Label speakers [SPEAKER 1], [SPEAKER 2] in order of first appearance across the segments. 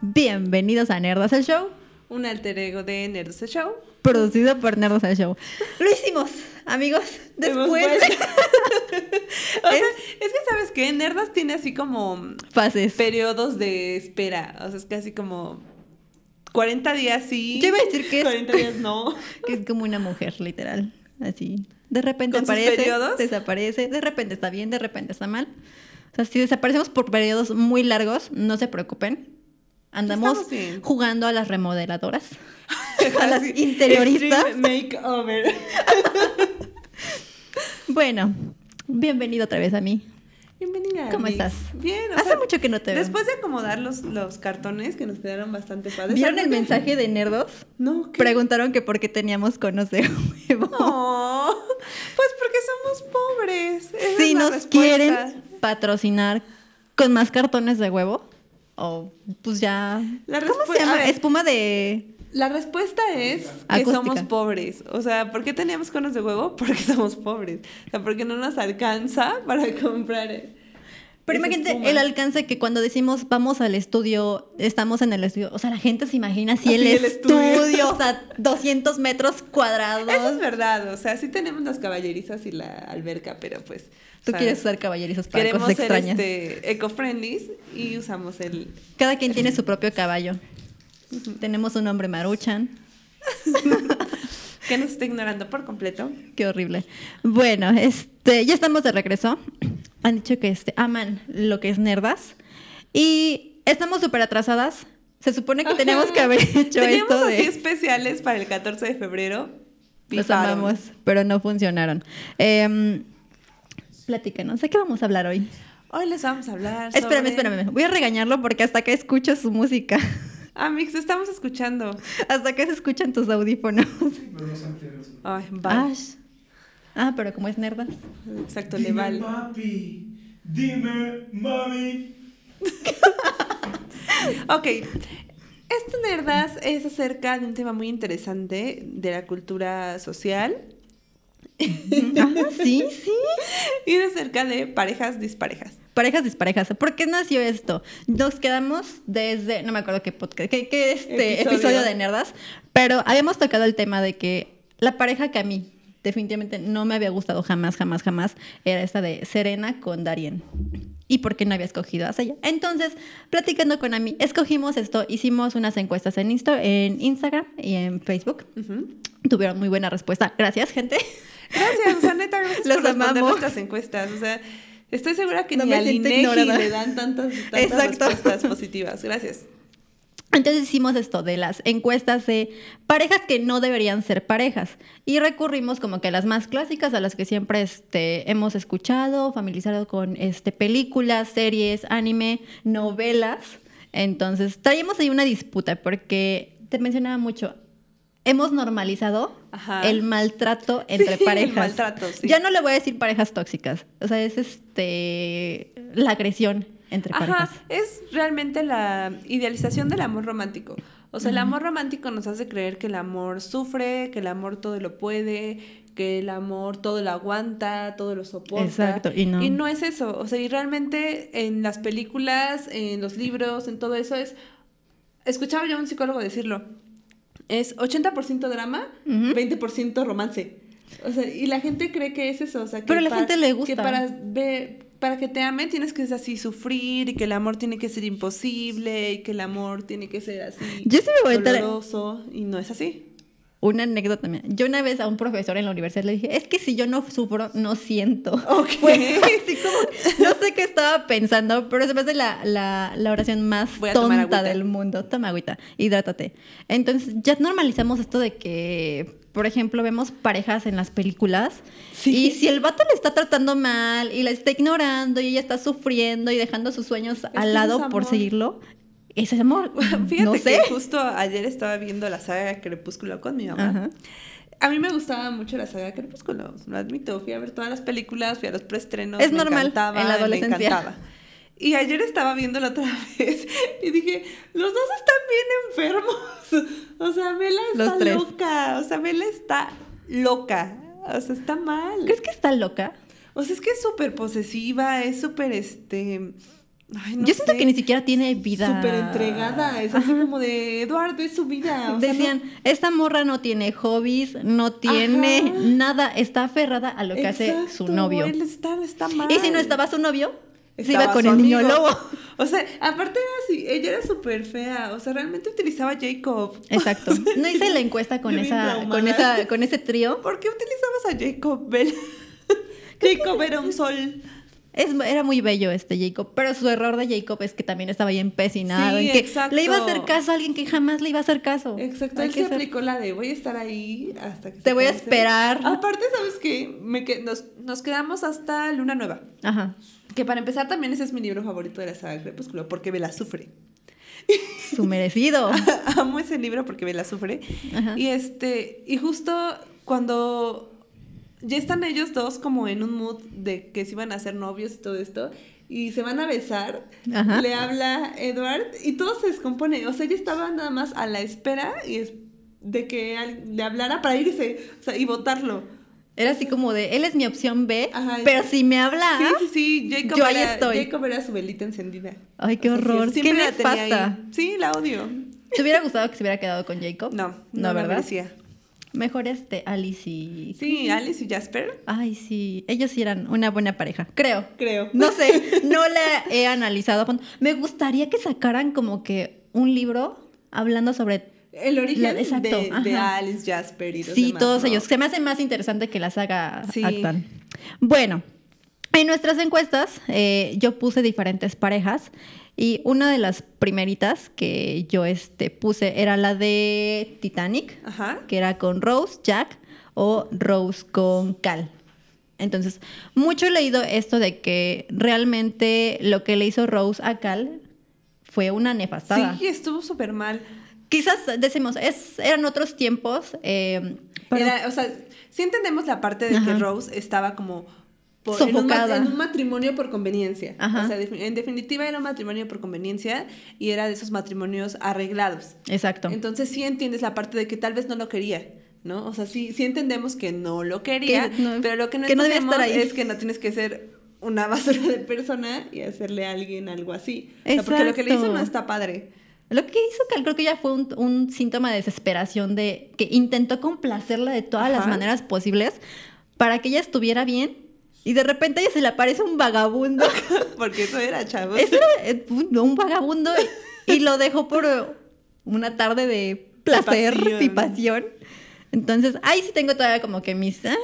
[SPEAKER 1] Bienvenidos a Nerdas el Show,
[SPEAKER 2] Un alter ego de Nerds de Show.
[SPEAKER 1] producido por Nerdas el Show. Lo hicimos, amigos,
[SPEAKER 2] Hemos
[SPEAKER 1] después
[SPEAKER 2] vuelto.
[SPEAKER 1] de
[SPEAKER 2] O sea, es que sabes que Nerdas tiene así como
[SPEAKER 1] fases.
[SPEAKER 2] periodos de espera. O sea, es casi como 40 días sí.
[SPEAKER 1] Yo iba a decir que es-
[SPEAKER 2] 40 días no.
[SPEAKER 1] Que es como una mujer, literal, así. De repente
[SPEAKER 2] ¿Con sus
[SPEAKER 1] aparece,
[SPEAKER 2] periodos?
[SPEAKER 1] desaparece, de repente está bien, de repente está mal. O sea, si desaparecemos por periodos muy largos, no se preocupen. Andamos
[SPEAKER 2] Estamos bien.
[SPEAKER 1] jugando a las remodeladoras, a las interioristas.
[SPEAKER 2] Extreme Makeover.
[SPEAKER 1] Bueno, bienvenido otra vez a mí.
[SPEAKER 2] Bienvenida.
[SPEAKER 1] ¿Cómo
[SPEAKER 2] Mix.
[SPEAKER 1] estás?
[SPEAKER 2] Bien. o
[SPEAKER 1] Hace
[SPEAKER 2] sea,
[SPEAKER 1] mucho que no te veo.
[SPEAKER 2] Después de acomodar los, los cartones que nos quedaron bastante padres.
[SPEAKER 1] ¿Vieron el
[SPEAKER 2] ¿sabes?
[SPEAKER 1] mensaje de nerdos?
[SPEAKER 2] No, ¿qué?
[SPEAKER 1] Preguntaron que por qué teníamos conos de huevo.
[SPEAKER 2] No, pues porque somos pobres. Esa
[SPEAKER 1] si
[SPEAKER 2] es la
[SPEAKER 1] nos
[SPEAKER 2] respuesta.
[SPEAKER 1] quieren patrocinar con más cartones de huevo, o pues ya.
[SPEAKER 2] La
[SPEAKER 1] ¿Cómo
[SPEAKER 2] respu-
[SPEAKER 1] se
[SPEAKER 2] a
[SPEAKER 1] llama?
[SPEAKER 2] ver.
[SPEAKER 1] Espuma de.
[SPEAKER 2] La respuesta es que
[SPEAKER 1] Acústica.
[SPEAKER 2] somos pobres. O sea, ¿por qué teníamos conos de huevo? Porque somos pobres. O sea, porque no nos alcanza para comprar. eh,
[SPEAKER 1] Pero
[SPEAKER 2] esa
[SPEAKER 1] imagínate
[SPEAKER 2] espuma.
[SPEAKER 1] el alcance que cuando decimos vamos al estudio, estamos en el estudio. O sea, la gente se imagina si
[SPEAKER 2] Así
[SPEAKER 1] el,
[SPEAKER 2] el
[SPEAKER 1] estudio,
[SPEAKER 2] estudio.
[SPEAKER 1] o sea, 200 metros cuadrados.
[SPEAKER 2] Eso es verdad. O sea, sí tenemos las caballerizas y la alberca, pero pues. o
[SPEAKER 1] Tú
[SPEAKER 2] sea,
[SPEAKER 1] quieres usar caballerizos para
[SPEAKER 2] Queremos
[SPEAKER 1] cosas
[SPEAKER 2] ser
[SPEAKER 1] extrañas.
[SPEAKER 2] este, eco-friendlies y usamos el.
[SPEAKER 1] Cada quien tiene su propio caballo. Tenemos un hombre maruchan.
[SPEAKER 2] que nos está ignorando por completo.
[SPEAKER 1] Qué horrible. Bueno, este, ya estamos de regreso. Han dicho que este, aman lo que es nerdas. Y estamos súper atrasadas. Se supone que tenemos que haber hecho
[SPEAKER 2] Teníamos
[SPEAKER 1] esto
[SPEAKER 2] así
[SPEAKER 1] de...
[SPEAKER 2] especiales para el 14 de febrero.
[SPEAKER 1] Los
[SPEAKER 2] Pifaron.
[SPEAKER 1] amamos, pero no funcionaron. Em, platícanos, ¿de qué vamos a hablar hoy?
[SPEAKER 2] Hoy les vamos a hablar.
[SPEAKER 1] Espérame,
[SPEAKER 2] sobre-
[SPEAKER 1] espérame. Voy a regañarlo porque hasta que escucho su música,
[SPEAKER 2] Amix, Ah, estamos escuchando.
[SPEAKER 1] hasta que se escuchan tus audífonos.
[SPEAKER 3] Pero no se amplía los-
[SPEAKER 2] Ay, va.
[SPEAKER 1] Ash. Ah, pero como es nerdas.
[SPEAKER 2] Exacto, le
[SPEAKER 3] Dime,
[SPEAKER 2] vale.
[SPEAKER 3] papi. Dime, mami.
[SPEAKER 2] Ok. Este Nerdas es acerca de un tema muy interesante de la cultura social
[SPEAKER 1] Ah, sí, sí.
[SPEAKER 2] y es acerca de parejas disparejas.
[SPEAKER 1] Parejas disparejas. ¿Por qué nació esto? Nos quedamos desde, no me acuerdo qué podcast, qué, qué, este episodio.
[SPEAKER 2] Episodio.
[SPEAKER 1] de Nerdas, pero habíamos tocado el tema de que la pareja que a mí definitivamente no me había gustado jamás, jamás, jamás, era esta de Serena con Darien. ¿Y por qué no había escogido a Sella? Entonces, platicando con Ami, escogimos esto, hicimos unas encuestas en, Insta- en Instagram y en Facebook.
[SPEAKER 2] Ujú.
[SPEAKER 1] Tuvieron muy buena respuesta. Gracias, gente.
[SPEAKER 2] Gracias, o sea, neta, gracias
[SPEAKER 1] Los
[SPEAKER 2] por responder
[SPEAKER 1] amamos.
[SPEAKER 2] nuestras encuestas. O sea, estoy segura que
[SPEAKER 1] No
[SPEAKER 2] ni
[SPEAKER 1] me
[SPEAKER 2] al
[SPEAKER 1] siento
[SPEAKER 2] INEGI
[SPEAKER 1] ignorada.
[SPEAKER 2] le dan tantas, tantas
[SPEAKER 1] Exacto.
[SPEAKER 2] respuestas positivas. Gracias.
[SPEAKER 1] Entonces hicimos esto de las encuestas de parejas que no deberían ser parejas y recurrimos como que a las más clásicas, a las que siempre este, hemos escuchado, familiarizado con este, películas, series, anime, novelas. Entonces traíamos ahí una disputa porque te mencionaba mucho, hemos normalizado
[SPEAKER 2] Ajá.
[SPEAKER 1] el maltrato entre
[SPEAKER 2] Sí, el
[SPEAKER 1] parejas.
[SPEAKER 2] maltrato, sí.
[SPEAKER 1] Ya no le voy a decir parejas tóxicas, o sea, es este, la agresión entre parejas.
[SPEAKER 2] Ajá, es realmente la idealización del amor romántico. O sea, el amor romántico nos hace creer que el amor sufre, que el amor todo lo puede, que el amor todo lo aguanta, todo lo soporta.
[SPEAKER 1] Exacto, y no.
[SPEAKER 2] es eso. O sea, y realmente en las películas, en los libros, en todo eso es... Escuchaba yo a un psicólogo decirlo. Es 80% drama,
[SPEAKER 1] Ujú.
[SPEAKER 2] 20% romance. O sea, y la gente cree que es eso. O sea, que
[SPEAKER 1] Pero a la gente le gusta.
[SPEAKER 2] Que para, ve- para que te amen tienes que así sufrir y que el amor tiene que ser imposible y que el amor tiene que ser así.
[SPEAKER 1] Yo sí me voy a aventar-
[SPEAKER 2] doloroso, y no es así.
[SPEAKER 1] Una anécdota también. Yo una vez a un profesor en la universidad le dije, es que si yo no sufro, no siento.
[SPEAKER 2] Ok.
[SPEAKER 1] Fue así como- no sé qué estaba pensando, pero se me hace la, la, la oración más
[SPEAKER 2] Voy a tomar
[SPEAKER 1] tonta
[SPEAKER 2] agüita.
[SPEAKER 1] del mundo. Toma agüita, hidrátate. Entonces ya normalizamos esto de que, por ejemplo, vemos parejas en las películas
[SPEAKER 2] Sí.
[SPEAKER 1] y si el vato le está tratando mal y la está ignorando y ella está sufriendo y dejando sus sueños
[SPEAKER 2] que
[SPEAKER 1] al
[SPEAKER 2] es
[SPEAKER 1] lado por
[SPEAKER 2] amor.
[SPEAKER 1] seguirlo, ese es amor.
[SPEAKER 2] Fíjate
[SPEAKER 1] no sé.
[SPEAKER 2] que justo ayer estaba viendo la saga Crepúsculo con mi mamá.
[SPEAKER 1] Ajá.
[SPEAKER 2] A mí me gustaba mucho la saga Crepúsculo, lo admito. Fui a ver todas las películas, fui a los preestrenos.
[SPEAKER 1] Es
[SPEAKER 2] me
[SPEAKER 1] normal,
[SPEAKER 2] encantaba,
[SPEAKER 1] en la adolescencia.
[SPEAKER 2] Me encantaba. Y ayer estaba viéndola otra vez y dije, los dos están bien enfermos. O sea, Bella está
[SPEAKER 1] Los tres.
[SPEAKER 2] loca. O sea, Bella está loca. O sea, está mal.
[SPEAKER 1] ¿Crees que está loca?
[SPEAKER 2] O sea, es que es súper posesiva, es súper, este... Ay, no
[SPEAKER 1] Yo siento
[SPEAKER 2] sé,
[SPEAKER 1] que ni siquiera tiene vida.
[SPEAKER 2] Súper entregada. Es así como de Eduardo, es su vida. o sea,
[SPEAKER 1] Decían, esta morra no tiene hobbies, no tiene
[SPEAKER 2] Ajá.
[SPEAKER 1] nada, está aferrada a lo
[SPEAKER 2] no-
[SPEAKER 1] que hace su
[SPEAKER 2] Exacto,
[SPEAKER 1] novio.
[SPEAKER 2] Él está, está mal.
[SPEAKER 1] Y si no estaba su novio, se
[SPEAKER 2] Estaba
[SPEAKER 1] iba con
[SPEAKER 2] su
[SPEAKER 1] el niño
[SPEAKER 2] amigo.
[SPEAKER 1] lobo.
[SPEAKER 2] O sea, aparte era así, ella era súper fea. O sea, realmente utilizaba a Jacob.
[SPEAKER 1] Exacto. No hice la encuesta con
[SPEAKER 2] Yo bien
[SPEAKER 1] esa,
[SPEAKER 2] traumada.
[SPEAKER 1] con esa, con ese trío.
[SPEAKER 2] ¿Por qué utilizabas a Jacob Bell? Jacob era un sol.
[SPEAKER 1] Es- era muy bello este Jacob, pero su error de Jacob es que también estaba bien empecinado
[SPEAKER 2] Sí,
[SPEAKER 1] en que
[SPEAKER 2] exacto.
[SPEAKER 1] le iba a hacer caso a alguien que jamás le iba a hacer caso.
[SPEAKER 2] Exacto,
[SPEAKER 1] Hay
[SPEAKER 2] él
[SPEAKER 1] que
[SPEAKER 2] se
[SPEAKER 1] ser-
[SPEAKER 2] aplicó la de voy a estar ahí hasta que... se
[SPEAKER 1] Te voy a
[SPEAKER 2] canse".
[SPEAKER 1] esperar.
[SPEAKER 2] Aparte, ¿sabes qué? Me que- nos, nos quedamos hasta Luna Nueva.
[SPEAKER 1] Ajá.
[SPEAKER 2] Que para empezar también ese es mi libro favorito de la saga Crepúsculo, porque Vela sufre.
[SPEAKER 1] Su merecido.
[SPEAKER 2] Amo ese libro porque Vela sufre.
[SPEAKER 1] Ajá.
[SPEAKER 2] Y este, y justo cuando ya están ellos dos como en un mood de que se iban a ser novios y todo esto, y se van a besar,
[SPEAKER 1] Ajá.
[SPEAKER 2] le habla Edward y todo se descompone. O sea, ella estaba nada más a la espera y es- de que al- le hablara para irse o sea, y votarlo.
[SPEAKER 1] Era así como de, él es mi opción B,
[SPEAKER 2] Ajá,
[SPEAKER 1] pero
[SPEAKER 2] sí.
[SPEAKER 1] si me habla,
[SPEAKER 2] Sí, sí, sí, Jacob,
[SPEAKER 1] Ah. yo ahí
[SPEAKER 2] era,
[SPEAKER 1] estoy.
[SPEAKER 2] Jacob era su velita encendida.
[SPEAKER 1] Ay, qué
[SPEAKER 2] O sea, sí,
[SPEAKER 1] horror, qué
[SPEAKER 2] siempre la tenía
[SPEAKER 1] nefasta.
[SPEAKER 2] ahí. Sí, la odio.
[SPEAKER 1] ¿te hubiera gustado que se hubiera quedado con Jacob?
[SPEAKER 2] No, no,
[SPEAKER 1] no,
[SPEAKER 2] la
[SPEAKER 1] ¿verdad?
[SPEAKER 2] merecía.
[SPEAKER 1] Mejor este Alice y...
[SPEAKER 2] Sí, Alice y Jasper,
[SPEAKER 1] Ay, sí, ellos sí eran una buena pareja, creo.
[SPEAKER 2] creo.
[SPEAKER 1] No sé, no la he analizado. a fondo. Me gustaría que sacaran como que un libro hablando sobre
[SPEAKER 2] El origen
[SPEAKER 1] La- exacto,
[SPEAKER 2] de, de
[SPEAKER 1] ajá.
[SPEAKER 2] Alice, Jasper y los
[SPEAKER 1] sí,
[SPEAKER 2] demás,
[SPEAKER 1] todos
[SPEAKER 2] ¿no?
[SPEAKER 1] ellos. Se me hace más interesante que la saga
[SPEAKER 2] Sí.
[SPEAKER 1] actual. Bueno, en nuestras encuestas eh, yo puse diferentes parejas y una de las primeritas que yo este, puse era la de Titanic,
[SPEAKER 2] Ajá.
[SPEAKER 1] que era con Rose, Jack o Rose con Cal. Entonces, mucho he leído esto de que realmente lo que le hizo Rose a Cal fue una nefastada.
[SPEAKER 2] Sí, estuvo súper mal.
[SPEAKER 1] Quizás decimos, es, eran otros tiempos. eh, pero-
[SPEAKER 2] Era- o sea, sí entendemos la parte de
[SPEAKER 1] Ajá.
[SPEAKER 2] que Rose estaba como por- en un ma-
[SPEAKER 1] Sofocada.
[SPEAKER 2] En, un, matrimonio por conveniencia.
[SPEAKER 1] Ajá.
[SPEAKER 2] O sea, defi- en definitiva era un matrimonio por conveniencia y era de esos matrimonios arreglados.
[SPEAKER 1] Exacto.
[SPEAKER 2] Entonces sí entiendes la parte de que tal vez no lo quería, ¿no? O sea, sí, sí entendemos que no lo quería,
[SPEAKER 1] Que no-
[SPEAKER 2] pero lo que no
[SPEAKER 1] que no debía
[SPEAKER 2] entendemos
[SPEAKER 1] estar ahí.
[SPEAKER 2] es que no tienes que ser una basura de persona y hacerle a alguien algo así. O sea, porque lo que le hizo
[SPEAKER 1] Exacto.
[SPEAKER 2] no está padre.
[SPEAKER 1] Lo que hizo Cal creo que ya fue un, un síntoma de desesperación de que intentó complacerla de todas las
[SPEAKER 2] Ajá.
[SPEAKER 1] maneras posibles para que ella estuviera bien y de repente ella se le aparece un vagabundo.
[SPEAKER 2] Porque eso era, chavos.
[SPEAKER 1] Eso era eh, un, un vagabundo y, y lo dejó por eh, una tarde de placer
[SPEAKER 2] Pasión.
[SPEAKER 1] y pasión. Entonces, ahí sí tengo todavía como que mis... ah,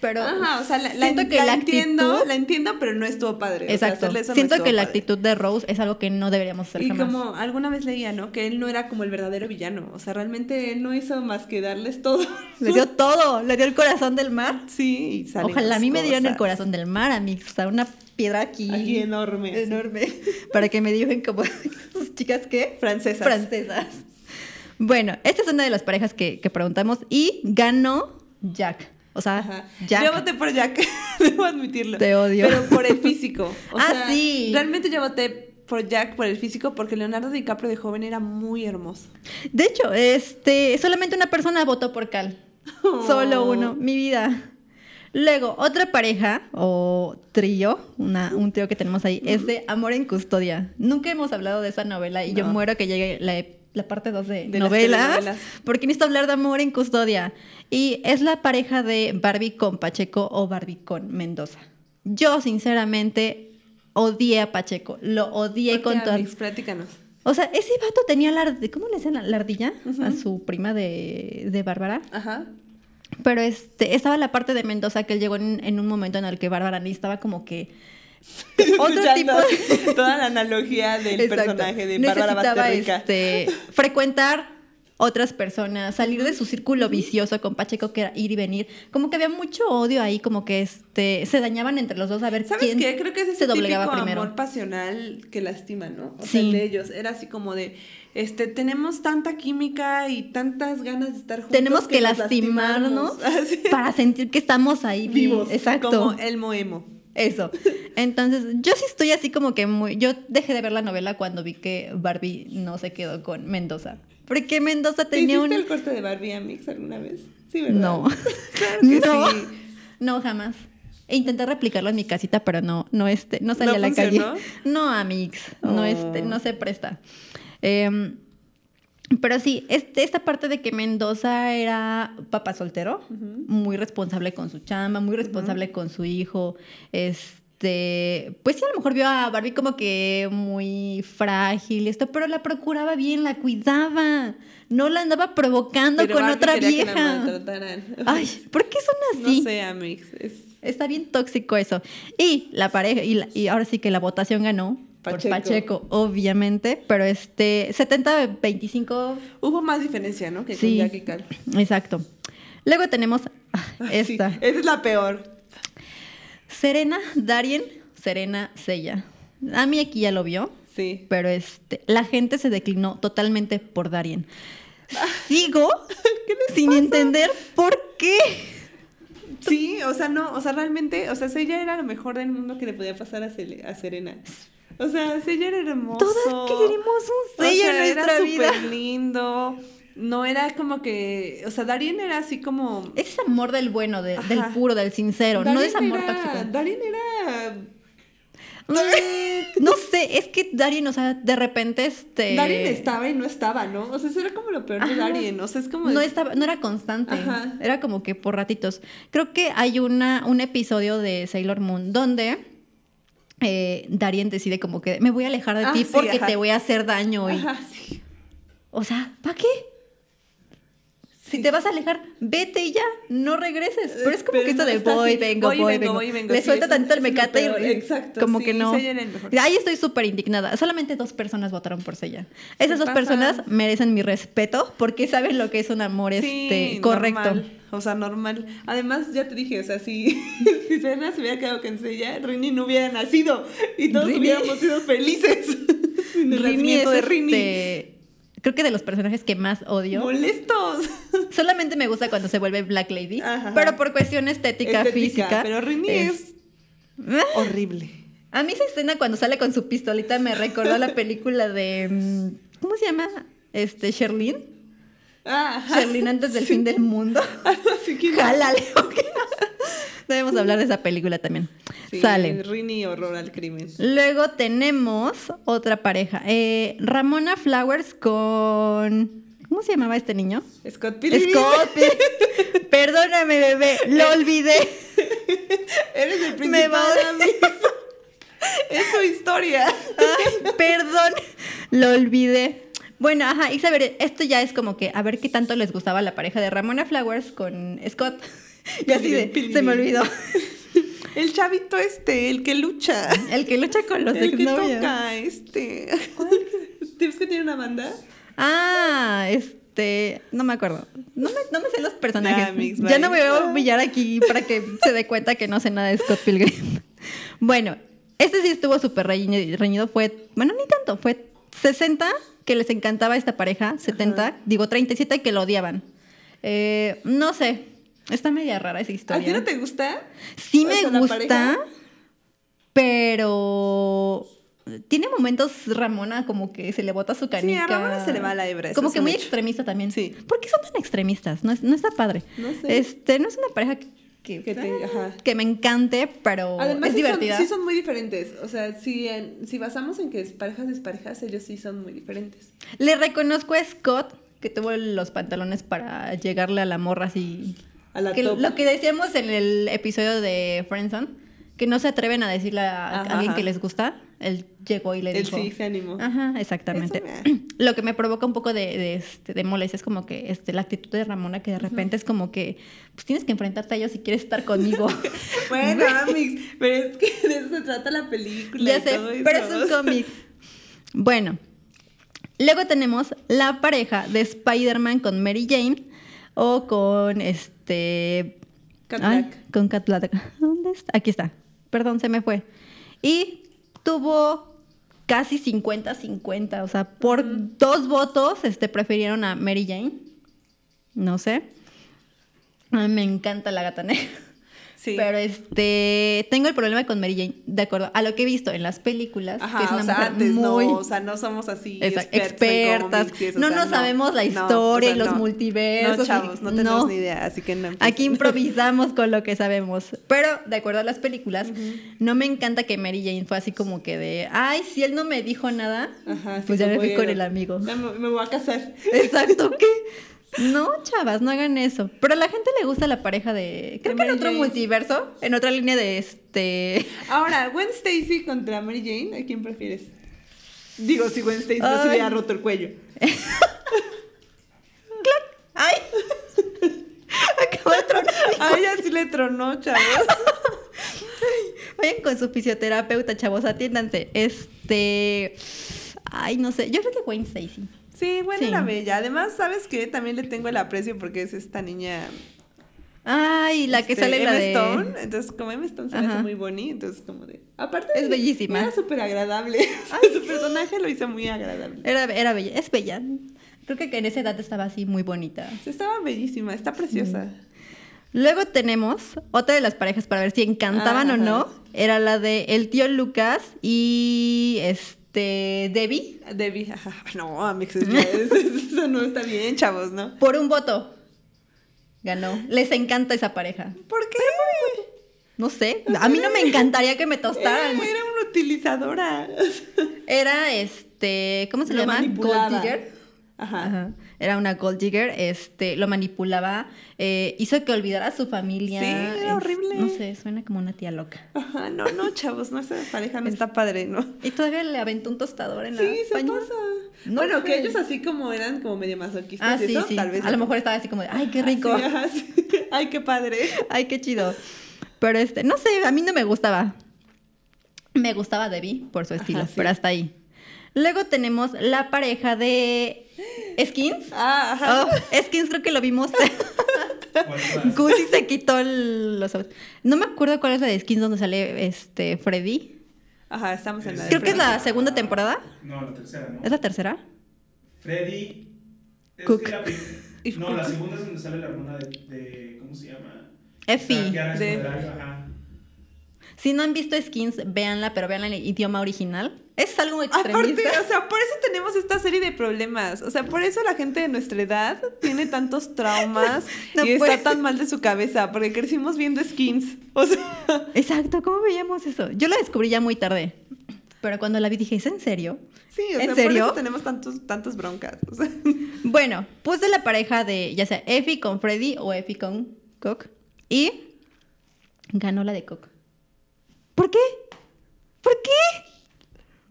[SPEAKER 1] pero
[SPEAKER 2] Ajá, o sea, la, la-
[SPEAKER 1] siento que
[SPEAKER 2] la
[SPEAKER 1] la
[SPEAKER 2] entiendo,
[SPEAKER 1] actitud...
[SPEAKER 2] la entiendo, pero no estuvo padre. O sea,
[SPEAKER 1] Exacto.
[SPEAKER 2] hacerle eso no
[SPEAKER 1] siento
[SPEAKER 2] estuvo
[SPEAKER 1] que la
[SPEAKER 2] padre.
[SPEAKER 1] actitud de Rose es algo que no deberíamos hacer
[SPEAKER 2] Y
[SPEAKER 1] jamás.
[SPEAKER 2] como alguna vez leía, ¿no? Que él no era como el verdadero villano. O sea, realmente él no hizo más que darles todo.
[SPEAKER 1] Le dio todo, le dio el corazón del mar.
[SPEAKER 2] Sí, y salen
[SPEAKER 1] Ojalá a
[SPEAKER 2] las
[SPEAKER 1] mí me dieran el
[SPEAKER 2] cosas.
[SPEAKER 1] corazón del mar, amigos. O sea, una piedra aquí.
[SPEAKER 2] Aquí enorme. así.
[SPEAKER 1] enorme. Para que me digan como sus chicas que
[SPEAKER 2] Francesas.
[SPEAKER 1] francesas. Bueno, esta es una de las parejas que, que preguntamos y ganó Jack. O sea,
[SPEAKER 2] Ajá.
[SPEAKER 1] Jack.
[SPEAKER 2] Yo voté por Jack, debo admitirlo.
[SPEAKER 1] Te odio.
[SPEAKER 2] Pero por el físico. O
[SPEAKER 1] Ah,
[SPEAKER 2] sea,
[SPEAKER 1] sí.
[SPEAKER 2] Realmente yo voté por Jack por el físico porque Leonardo DiCaprio de joven era muy hermoso.
[SPEAKER 1] De hecho, este, solamente una persona votó por Cal.
[SPEAKER 2] Oh.
[SPEAKER 1] Solo uno, mi vida. Luego, otra pareja o trío, una, un trío que tenemos ahí, es de Amor en Custodia. Nunca hemos hablado de esa novela y yo
[SPEAKER 2] No.
[SPEAKER 1] muero que llegue la, la parte 2 de,
[SPEAKER 2] De las
[SPEAKER 1] novelas,
[SPEAKER 2] telenovelas.
[SPEAKER 1] porque necesito hablar de Amor en Custodia. Y es la pareja de Barbie con Pacheco o Barbie con Mendoza. Yo, sinceramente, odié a Pacheco. Lo odié
[SPEAKER 2] ¿Por qué,
[SPEAKER 1] con todas
[SPEAKER 2] Alex? Platícanos.
[SPEAKER 1] o sea, ese vato tenía la... ard- ¿Cómo le decían? La ardilla a su prima de, de Bárbara.
[SPEAKER 2] Ajá.
[SPEAKER 1] Pero este, estaba la parte de Mendoza que él llegó en, en un momento en el que Bárbara necesitaba como que... Otro
[SPEAKER 2] Ya
[SPEAKER 1] tipo
[SPEAKER 2] no,
[SPEAKER 1] de...
[SPEAKER 2] Toda la analogía del
[SPEAKER 1] Exacto.
[SPEAKER 2] personaje de Bárbara
[SPEAKER 1] Necesitaba
[SPEAKER 2] Basterrica.
[SPEAKER 1] este, frecuentar otras personas, salir de su círculo vicioso con Pacheco que era ir y venir. Como que había mucho odio ahí, como que este, se dañaban entre los dos a ver
[SPEAKER 2] ¿Sabes
[SPEAKER 1] quién
[SPEAKER 2] qué? Creo que ese es
[SPEAKER 1] se
[SPEAKER 2] el típico
[SPEAKER 1] doblegaba primero.
[SPEAKER 2] amor pasional que lastima, ¿no? O sea,
[SPEAKER 1] Sí.
[SPEAKER 2] el de ellos. Era así como de, este, tenemos tanta química y tantas ganas de estar juntos.
[SPEAKER 1] Tenemos que,
[SPEAKER 2] nos Ah,
[SPEAKER 1] lastimarnos
[SPEAKER 2] Así.
[SPEAKER 1] para sentir que estamos ahí vivos.
[SPEAKER 2] vivos.
[SPEAKER 1] Exacto.
[SPEAKER 2] Como el Moemo.
[SPEAKER 1] Eso. Entonces, yo sí estoy así como que muy... Yo dejé de ver la novela cuando vi que Barbie no se quedó con Mendoza. Porque Mendoza
[SPEAKER 2] ¿Te
[SPEAKER 1] tenía
[SPEAKER 2] hiciste
[SPEAKER 1] un...
[SPEAKER 2] el corte de Barbie a Mix alguna vez? Sí, ¿verdad?
[SPEAKER 1] No.
[SPEAKER 2] claro que
[SPEAKER 1] no.
[SPEAKER 2] sí.
[SPEAKER 1] No, jamás. E intenté replicarlo en mi casita, pero no, no, este, no salí
[SPEAKER 2] ¿No
[SPEAKER 1] a la
[SPEAKER 2] funcionó?
[SPEAKER 1] calle. No, amix,
[SPEAKER 2] Oh.
[SPEAKER 1] no, este, no se presta. Em, pero sí, este- esta parte de que Mendoza era papá soltero, muy responsable con su chamba, muy responsable con su hijo, este, pues sí, a lo mejor vio a Barbie como que muy frágil y esto, pero la procuraba bien, la cuidaba, no la andaba provocando
[SPEAKER 2] Pero
[SPEAKER 1] con
[SPEAKER 2] Barbie
[SPEAKER 1] otra
[SPEAKER 2] quería que la
[SPEAKER 1] vieja.
[SPEAKER 2] maltrataran.
[SPEAKER 1] Ay, ¿por qué son
[SPEAKER 2] no
[SPEAKER 1] así?
[SPEAKER 2] sé, Amix. Es-
[SPEAKER 1] Está bien tóxico eso. Y la pareja, y, la- y ahora sí que la votación ganó
[SPEAKER 2] Pacheco.
[SPEAKER 1] por Pacheco, obviamente, pero este 70-25,
[SPEAKER 2] Hubo más diferencia, ¿no? Que
[SPEAKER 1] Sí.
[SPEAKER 2] con Jackie Cal.
[SPEAKER 1] exacto. Luego tenemos ah,
[SPEAKER 2] Ay, sí,
[SPEAKER 1] esta.
[SPEAKER 2] esa es la peor.
[SPEAKER 1] Serena, Darien, Serena, Sella. A mí aquí ya lo vio,
[SPEAKER 2] Sí.
[SPEAKER 1] pero este, la gente se declinó totalmente por Darien. Sigo sin entender por qué.
[SPEAKER 2] Sí, o sea, no, o sea, realmente, o sea, ella era lo mejor del mundo que le podía pasar a, Sele- a Serena. O sea, ella era hermoso.
[SPEAKER 1] Todas queremos un
[SPEAKER 2] O
[SPEAKER 1] sello
[SPEAKER 2] sea,
[SPEAKER 1] en nuestra
[SPEAKER 2] era
[SPEAKER 1] vida.
[SPEAKER 2] súper lindo. No era como que, o sea, Darien era así como
[SPEAKER 1] Es ese amor del bueno, de-
[SPEAKER 2] Ajá.
[SPEAKER 1] del puro, del sincero, no
[SPEAKER 2] Darien
[SPEAKER 1] es amor
[SPEAKER 2] era-
[SPEAKER 1] tóxico.
[SPEAKER 2] Darien era
[SPEAKER 1] Mm, No sé, es que Darien, o sea, de repente este.
[SPEAKER 2] Darien estaba y no estaba, ¿no? O sea, eso era como lo peor de
[SPEAKER 1] Ajá.
[SPEAKER 2] Darien, o sea, es como
[SPEAKER 1] No, estaba, no era constante,
[SPEAKER 2] Ajá.
[SPEAKER 1] era como que por ratitos. Creo que hay una, un episodio de Sailor Moon donde eh, Darien decide como que me voy a alejar de
[SPEAKER 2] Ah,
[SPEAKER 1] ti
[SPEAKER 2] sí,
[SPEAKER 1] porque
[SPEAKER 2] ajá.
[SPEAKER 1] te voy a hacer daño. Y,
[SPEAKER 2] Ajá, sí.
[SPEAKER 1] o sea, ¿para qué? Si te vas a alejar, vete y ya, no regreses. Pero es como
[SPEAKER 2] Eh, Pero
[SPEAKER 1] que esto
[SPEAKER 2] no
[SPEAKER 1] de
[SPEAKER 2] está
[SPEAKER 1] voy,
[SPEAKER 2] así,
[SPEAKER 1] vengo, voy, vengo.
[SPEAKER 2] voy, vengo.
[SPEAKER 1] Le
[SPEAKER 2] Sí,
[SPEAKER 1] suelta
[SPEAKER 2] eso-
[SPEAKER 1] tantito el
[SPEAKER 2] eso es lo
[SPEAKER 1] mecate
[SPEAKER 2] peor.
[SPEAKER 1] y
[SPEAKER 2] Exacto,
[SPEAKER 1] como
[SPEAKER 2] sí,
[SPEAKER 1] que no.
[SPEAKER 2] Seiya era el mejor.
[SPEAKER 1] Ahí estoy súper indignada. Solamente dos personas votaron por Sella. Esas dos
[SPEAKER 2] pasa.
[SPEAKER 1] personas merecen mi respeto porque saben lo que es un amor
[SPEAKER 2] Sí,
[SPEAKER 1] este correcto.
[SPEAKER 2] normal, O sea, normal. Además, ya te dije, o sea, si, si Serena se hubiera quedado con Sella, Rini no hubiera nacido y todos
[SPEAKER 1] Rini-
[SPEAKER 2] hubiéramos sido felices. Sin
[SPEAKER 1] Rini
[SPEAKER 2] el
[SPEAKER 1] es
[SPEAKER 2] nacimiento de Rini.
[SPEAKER 1] este, creo que de los personajes que más odio.
[SPEAKER 2] Molestos.
[SPEAKER 1] Solamente me gusta cuando se vuelve Black Lady,
[SPEAKER 2] Ajá.
[SPEAKER 1] pero por cuestión estética,
[SPEAKER 2] Estética,
[SPEAKER 1] física.
[SPEAKER 2] Pero Rini es horrible.
[SPEAKER 1] A mí esa escena cuando sale con su pistolita me recordó la película de. mm, ¿Cómo se llama? Este, Sherlyn.
[SPEAKER 2] Ah,
[SPEAKER 1] Sherlyn antes del fin del mundo.
[SPEAKER 2] Así que
[SPEAKER 1] Jálale. ok. Debemos hablar de esa película también.
[SPEAKER 2] Sí,
[SPEAKER 1] Sale.
[SPEAKER 2] Rini horror al crimen.
[SPEAKER 1] Luego tenemos otra pareja. eh, Ramona Flowers con. ¿Cómo se llamaba este niño?
[SPEAKER 2] Scott Pilgrim.
[SPEAKER 1] Scott. Perdóname, bebé. Lo olvidé.
[SPEAKER 2] Eres el principal.
[SPEAKER 1] Me va a-
[SPEAKER 2] Adam. es su historia.
[SPEAKER 1] Ay, perdón, lo olvidé. Bueno, ajá, y saber, esto ya es como que a ver qué tanto les gustaba la pareja de Ramona Flowers con Scott. Y así de,
[SPEAKER 2] Pilgrim.
[SPEAKER 1] se me olvidó.
[SPEAKER 2] El chavito este, el que lucha.
[SPEAKER 1] El que lucha con los
[SPEAKER 2] el que
[SPEAKER 1] exnovios.
[SPEAKER 2] toca, este. ¿Tienes que tiene una banda?
[SPEAKER 1] Ah, este, no me acuerdo. No me, no me sé los personajes.
[SPEAKER 2] Ya, Ah, mix,
[SPEAKER 1] ya no me
[SPEAKER 2] bye.
[SPEAKER 1] voy a humillar aquí para que se dé cuenta que no sé nada de Scott Pilgrim. Bueno, este sí estuvo súper reñi- reñido. Fue, bueno, ni tanto. Fue 60 que les encantaba esta pareja, 70, digo 37 que lo odiaban. Eh, no sé. Está media rara esa
[SPEAKER 2] ¿A ti
[SPEAKER 1] historia.
[SPEAKER 2] no te gusta?
[SPEAKER 1] Sí
[SPEAKER 2] o
[SPEAKER 1] me
[SPEAKER 2] sea, la
[SPEAKER 1] gusta,
[SPEAKER 2] pareja?
[SPEAKER 1] pero tiene momentos Ramona como que se le bota su canica.
[SPEAKER 2] Ramona se le va la hebra, eso
[SPEAKER 1] Como
[SPEAKER 2] es
[SPEAKER 1] que
[SPEAKER 2] un
[SPEAKER 1] muy
[SPEAKER 2] hecho.
[SPEAKER 1] extremista también.
[SPEAKER 2] Sí.
[SPEAKER 1] ¿Por qué son tan extremistas? No, es- no está padre.
[SPEAKER 2] No sé.
[SPEAKER 1] Este, no es una pareja que,
[SPEAKER 2] Que te- ajá.
[SPEAKER 1] que me encante, pero Oh,
[SPEAKER 2] Además,
[SPEAKER 1] es
[SPEAKER 2] sí, son,
[SPEAKER 1] divertida.
[SPEAKER 2] sí son muy diferentes. O sea, si, en- si basamos en que es parejas desparejas, ellos sí son muy diferentes.
[SPEAKER 1] Le reconozco a Scott que tuvo los pantalones para llegarle a la morra así.
[SPEAKER 2] A la
[SPEAKER 1] que
[SPEAKER 2] top.
[SPEAKER 1] Lo que decíamos en el episodio de Friendson, que no se atreven a decirle a
[SPEAKER 2] Ajá,
[SPEAKER 1] alguien
[SPEAKER 2] ajá.
[SPEAKER 1] que les gusta, él llegó y le
[SPEAKER 2] Él
[SPEAKER 1] dijo. Ah.
[SPEAKER 2] sí se animó.
[SPEAKER 1] Ajá, exactamente.
[SPEAKER 2] Eso me-
[SPEAKER 1] Lo que me provoca un poco de, de, este, de molestia es como que este, la actitud de Ramona, que de repente es como que pues tienes que enfrentarte a ellos si quieres estar conmigo.
[SPEAKER 2] Bueno, Amix, pero es que de eso se trata la película.
[SPEAKER 1] ya
[SPEAKER 2] y
[SPEAKER 1] sé,
[SPEAKER 2] todo eso.
[SPEAKER 1] pero es un cómic. Bueno, luego tenemos la pareja de Spider-Man con Mary Jane o con este.
[SPEAKER 2] Cat
[SPEAKER 1] ay,
[SPEAKER 2] Black.
[SPEAKER 1] con Cat Black. ¿Dónde está? Aquí está. Perdón, se me fue. Y tuvo casi 50-50. O sea, por dos votos este, prefirieron a Mary Jane. No sé. Ay, me encanta la gata negra.
[SPEAKER 2] Sí.
[SPEAKER 1] Pero este, tengo el problema con Mary Jane, de acuerdo a lo que he visto en las películas,
[SPEAKER 2] Ajá,
[SPEAKER 1] que es una
[SPEAKER 2] o sea,
[SPEAKER 1] mujer
[SPEAKER 2] antes
[SPEAKER 1] muy
[SPEAKER 2] no, o sea, no somos así
[SPEAKER 1] Esa-
[SPEAKER 2] en
[SPEAKER 1] expertas.
[SPEAKER 2] cómics y eso,
[SPEAKER 1] no
[SPEAKER 2] o sea,
[SPEAKER 1] nos sabemos la
[SPEAKER 2] no, o
[SPEAKER 1] historia
[SPEAKER 2] sea,
[SPEAKER 1] y los
[SPEAKER 2] no.
[SPEAKER 1] multiversos.
[SPEAKER 2] No,
[SPEAKER 1] y-
[SPEAKER 2] chavos, no tenemos
[SPEAKER 1] no.
[SPEAKER 2] ni idea, así que no. pues. empiecen.
[SPEAKER 1] Aquí improvisamos con lo que sabemos. Pero de acuerdo a las películas, no me encanta que Mary Jane fue así como que de, ay, si él no me dijo nada,
[SPEAKER 2] Ajá, sí,
[SPEAKER 1] pues ya me
[SPEAKER 2] como
[SPEAKER 1] fui
[SPEAKER 2] voy
[SPEAKER 1] con
[SPEAKER 2] a-
[SPEAKER 1] el amigo.
[SPEAKER 2] Ya me, me voy a casar.
[SPEAKER 1] Exacto, ¿qué? No, chavas, no hagan eso. Pero a la gente le gusta la pareja de. Creo
[SPEAKER 2] De
[SPEAKER 1] que en
[SPEAKER 2] Mary
[SPEAKER 1] otro
[SPEAKER 2] Jane.
[SPEAKER 1] multiverso, en otra línea de este.
[SPEAKER 2] Ahora, Gwen Stacy contra Mary Jane, ¿a quién prefieres? Digo, si Gwen Stacy no se
[SPEAKER 1] Ay.
[SPEAKER 2] hubiera roto el cuello.
[SPEAKER 1] ¡Ay! Acabo de tronar.
[SPEAKER 2] Ay, ya sí le tronó, chavos.
[SPEAKER 1] Vayan con su fisioterapeuta, chavos, atiéndanse. Este. Ay, no sé. Yo creo que Wayne Stacy.
[SPEAKER 2] Sí, bueno,
[SPEAKER 1] Sí.
[SPEAKER 2] la bella. Además, ¿sabes qué? También le tengo el aprecio porque es esta niña.
[SPEAKER 1] Ay, la que
[SPEAKER 2] este,
[SPEAKER 1] sale en la
[SPEAKER 2] Emma
[SPEAKER 1] de.
[SPEAKER 2] Stone. Entonces, como Emma Stone se me hace
[SPEAKER 1] Ajá.
[SPEAKER 2] muy bonita, entonces, como de. Aparte.
[SPEAKER 1] Es
[SPEAKER 2] de-
[SPEAKER 1] bellísima.
[SPEAKER 2] Era súper agradable. su personaje lo hizo muy agradable.
[SPEAKER 1] Era, era bella. Es bella. Creo que en esa edad estaba así muy bonita.
[SPEAKER 2] Estaba bellísima, está preciosa.
[SPEAKER 1] Luego tenemos otra de las parejas para ver si encantaban o
[SPEAKER 2] Ajá.
[SPEAKER 1] no. Era la de el tío Lucas y este Debbie
[SPEAKER 2] Debbie, ajá. No, amigos, es- es- es- eso no está bien, chavos, ¿no?
[SPEAKER 1] por un voto. Ganó. Les encanta esa pareja.
[SPEAKER 2] ¿Por qué?
[SPEAKER 1] No sé. A mí no me encantaría que me
[SPEAKER 2] Era,
[SPEAKER 1] tostaran.
[SPEAKER 2] era una utilizadora.
[SPEAKER 1] Era este, ¿cómo se
[SPEAKER 2] Lo
[SPEAKER 1] le llama?
[SPEAKER 2] manipulaba.
[SPEAKER 1] Gold digger.
[SPEAKER 2] Ajá.
[SPEAKER 1] Ajá. Era una gold digger, este, lo manipulaba, eh, hizo que olvidara a su familia.
[SPEAKER 2] Sí, era
[SPEAKER 1] Es-
[SPEAKER 2] horrible.
[SPEAKER 1] No sé, suena como una tía loca.
[SPEAKER 2] Ajá, no, no, chavos, no, esa pareja no está padre, ¿no?
[SPEAKER 1] Y todavía le aventó un tostador en la
[SPEAKER 2] Sí, se
[SPEAKER 1] pañal.
[SPEAKER 2] pasa.
[SPEAKER 1] No
[SPEAKER 2] bueno,
[SPEAKER 1] fue.
[SPEAKER 2] que ellos así como eran como medio masoquistas
[SPEAKER 1] Ah,
[SPEAKER 2] y
[SPEAKER 1] sí,
[SPEAKER 2] Pues eso,
[SPEAKER 1] sí.
[SPEAKER 2] tal vez. Ah,
[SPEAKER 1] a lo mejor estaba así como de, ay, qué rico.
[SPEAKER 2] Sí, ajá, sí. Ay, qué padre.
[SPEAKER 1] Ay, qué chido. Pero este, no sé, a mí no me gustaba. Me gustaba Debbie por su estilo,
[SPEAKER 2] Ajá, sí.
[SPEAKER 1] pero hasta ahí. Luego tenemos la pareja de Skins.
[SPEAKER 2] Ah, ajá.
[SPEAKER 1] Oh, Skins creo que lo vimos.
[SPEAKER 3] ¿Cuál más?
[SPEAKER 1] Gucci se quitó el- los autos. No me acuerdo cuál es la de Skins donde sale este Freddy.
[SPEAKER 2] Ajá, estamos en la de
[SPEAKER 1] Creo que es
[SPEAKER 2] Freddy.
[SPEAKER 1] la segunda temporada.
[SPEAKER 3] No, la tercera, ¿no?
[SPEAKER 1] ¿Es la tercera?
[SPEAKER 3] Freddy. Es
[SPEAKER 1] Cook.
[SPEAKER 3] que la pri-
[SPEAKER 2] If
[SPEAKER 3] No,
[SPEAKER 2] Cook.
[SPEAKER 3] la segunda es donde sale la hermana de. de- ¿Cómo se llama? La que
[SPEAKER 1] Effie.
[SPEAKER 3] ahora es
[SPEAKER 2] De-
[SPEAKER 3] modelo, ajá.
[SPEAKER 1] Si no han visto Skins, véanla, pero véanla en el idioma original. Es algo
[SPEAKER 2] Aparte,
[SPEAKER 1] extremista.
[SPEAKER 2] o sea, Ah, por eso tenemos esta serie de problemas. O sea, por eso la gente de nuestra edad tiene tantos traumas
[SPEAKER 1] No
[SPEAKER 2] y
[SPEAKER 1] puede
[SPEAKER 2] está tan mal de su cabeza, porque crecimos viendo skins. O sea,
[SPEAKER 1] Exacto, ¿cómo veíamos eso? Yo la descubrí ya muy tarde. Pero cuando la vi dije, ¿es en serio?
[SPEAKER 2] sí, o
[SPEAKER 1] ¿En
[SPEAKER 2] sea, por
[SPEAKER 1] serio?
[SPEAKER 2] eso tenemos tantos, tantas broncas. O sea,
[SPEAKER 1] Bueno, puse la pareja de ya sea Effie con Freddy o Effie con Cook. Y ganó la de Cook. ¿Por qué? ¿Por qué?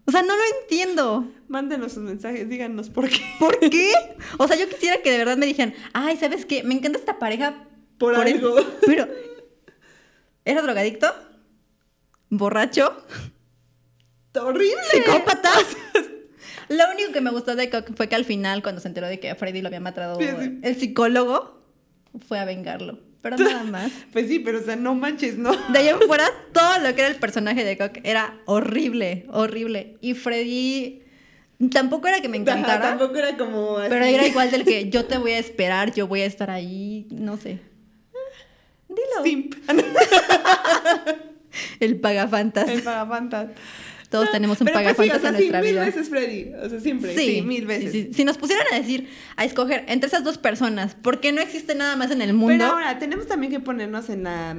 [SPEAKER 1] O sea, no lo entiendo.
[SPEAKER 2] mándenos sus mensajes, díganos por qué.
[SPEAKER 1] ¿Por qué? O sea, yo quisiera que de verdad me dijeran, ay, ¿sabes qué? Me encanta esta pareja.
[SPEAKER 2] Por
[SPEAKER 1] el-
[SPEAKER 2] algo".
[SPEAKER 1] Pero, ¿era drogadicto? ¿Borracho?
[SPEAKER 2] ¡Horrible!
[SPEAKER 1] psicópatas. Lo único que me gustó de Cook fue que al final, cuando se enteró de que a Freddy lo había matado
[SPEAKER 2] Sí, sí.
[SPEAKER 1] el psicólogo, fue a vengarlo. Pero nada más.
[SPEAKER 2] Pues sí, pero o sea, no manches, ¿no?
[SPEAKER 1] De ahí en fuera, todo lo que era el personaje de Cook era horrible, horrible. Y Freddy tampoco era que me
[SPEAKER 2] Ajá,
[SPEAKER 1] encantara,
[SPEAKER 2] Tampoco era como así.
[SPEAKER 1] pero era igual del que yo te voy a esperar, yo voy a estar ahí, no sé. Dilo.
[SPEAKER 2] Simp.
[SPEAKER 1] El pagafantas.
[SPEAKER 2] El pagafantas.
[SPEAKER 1] Todos tenemos un
[SPEAKER 2] Pero pues sí,
[SPEAKER 1] pagafantas
[SPEAKER 2] o sea,
[SPEAKER 1] en
[SPEAKER 2] sí,
[SPEAKER 1] nuestra
[SPEAKER 2] mil
[SPEAKER 1] vida.
[SPEAKER 2] veces Freddy. O sea, siempre. Sí, mil veces.
[SPEAKER 1] sí, sí. Si nos pusieran a decir, a escoger entre esas dos personas, porque no existe nada más en el mundo.
[SPEAKER 2] Pero ahora, tenemos también que ponernos en la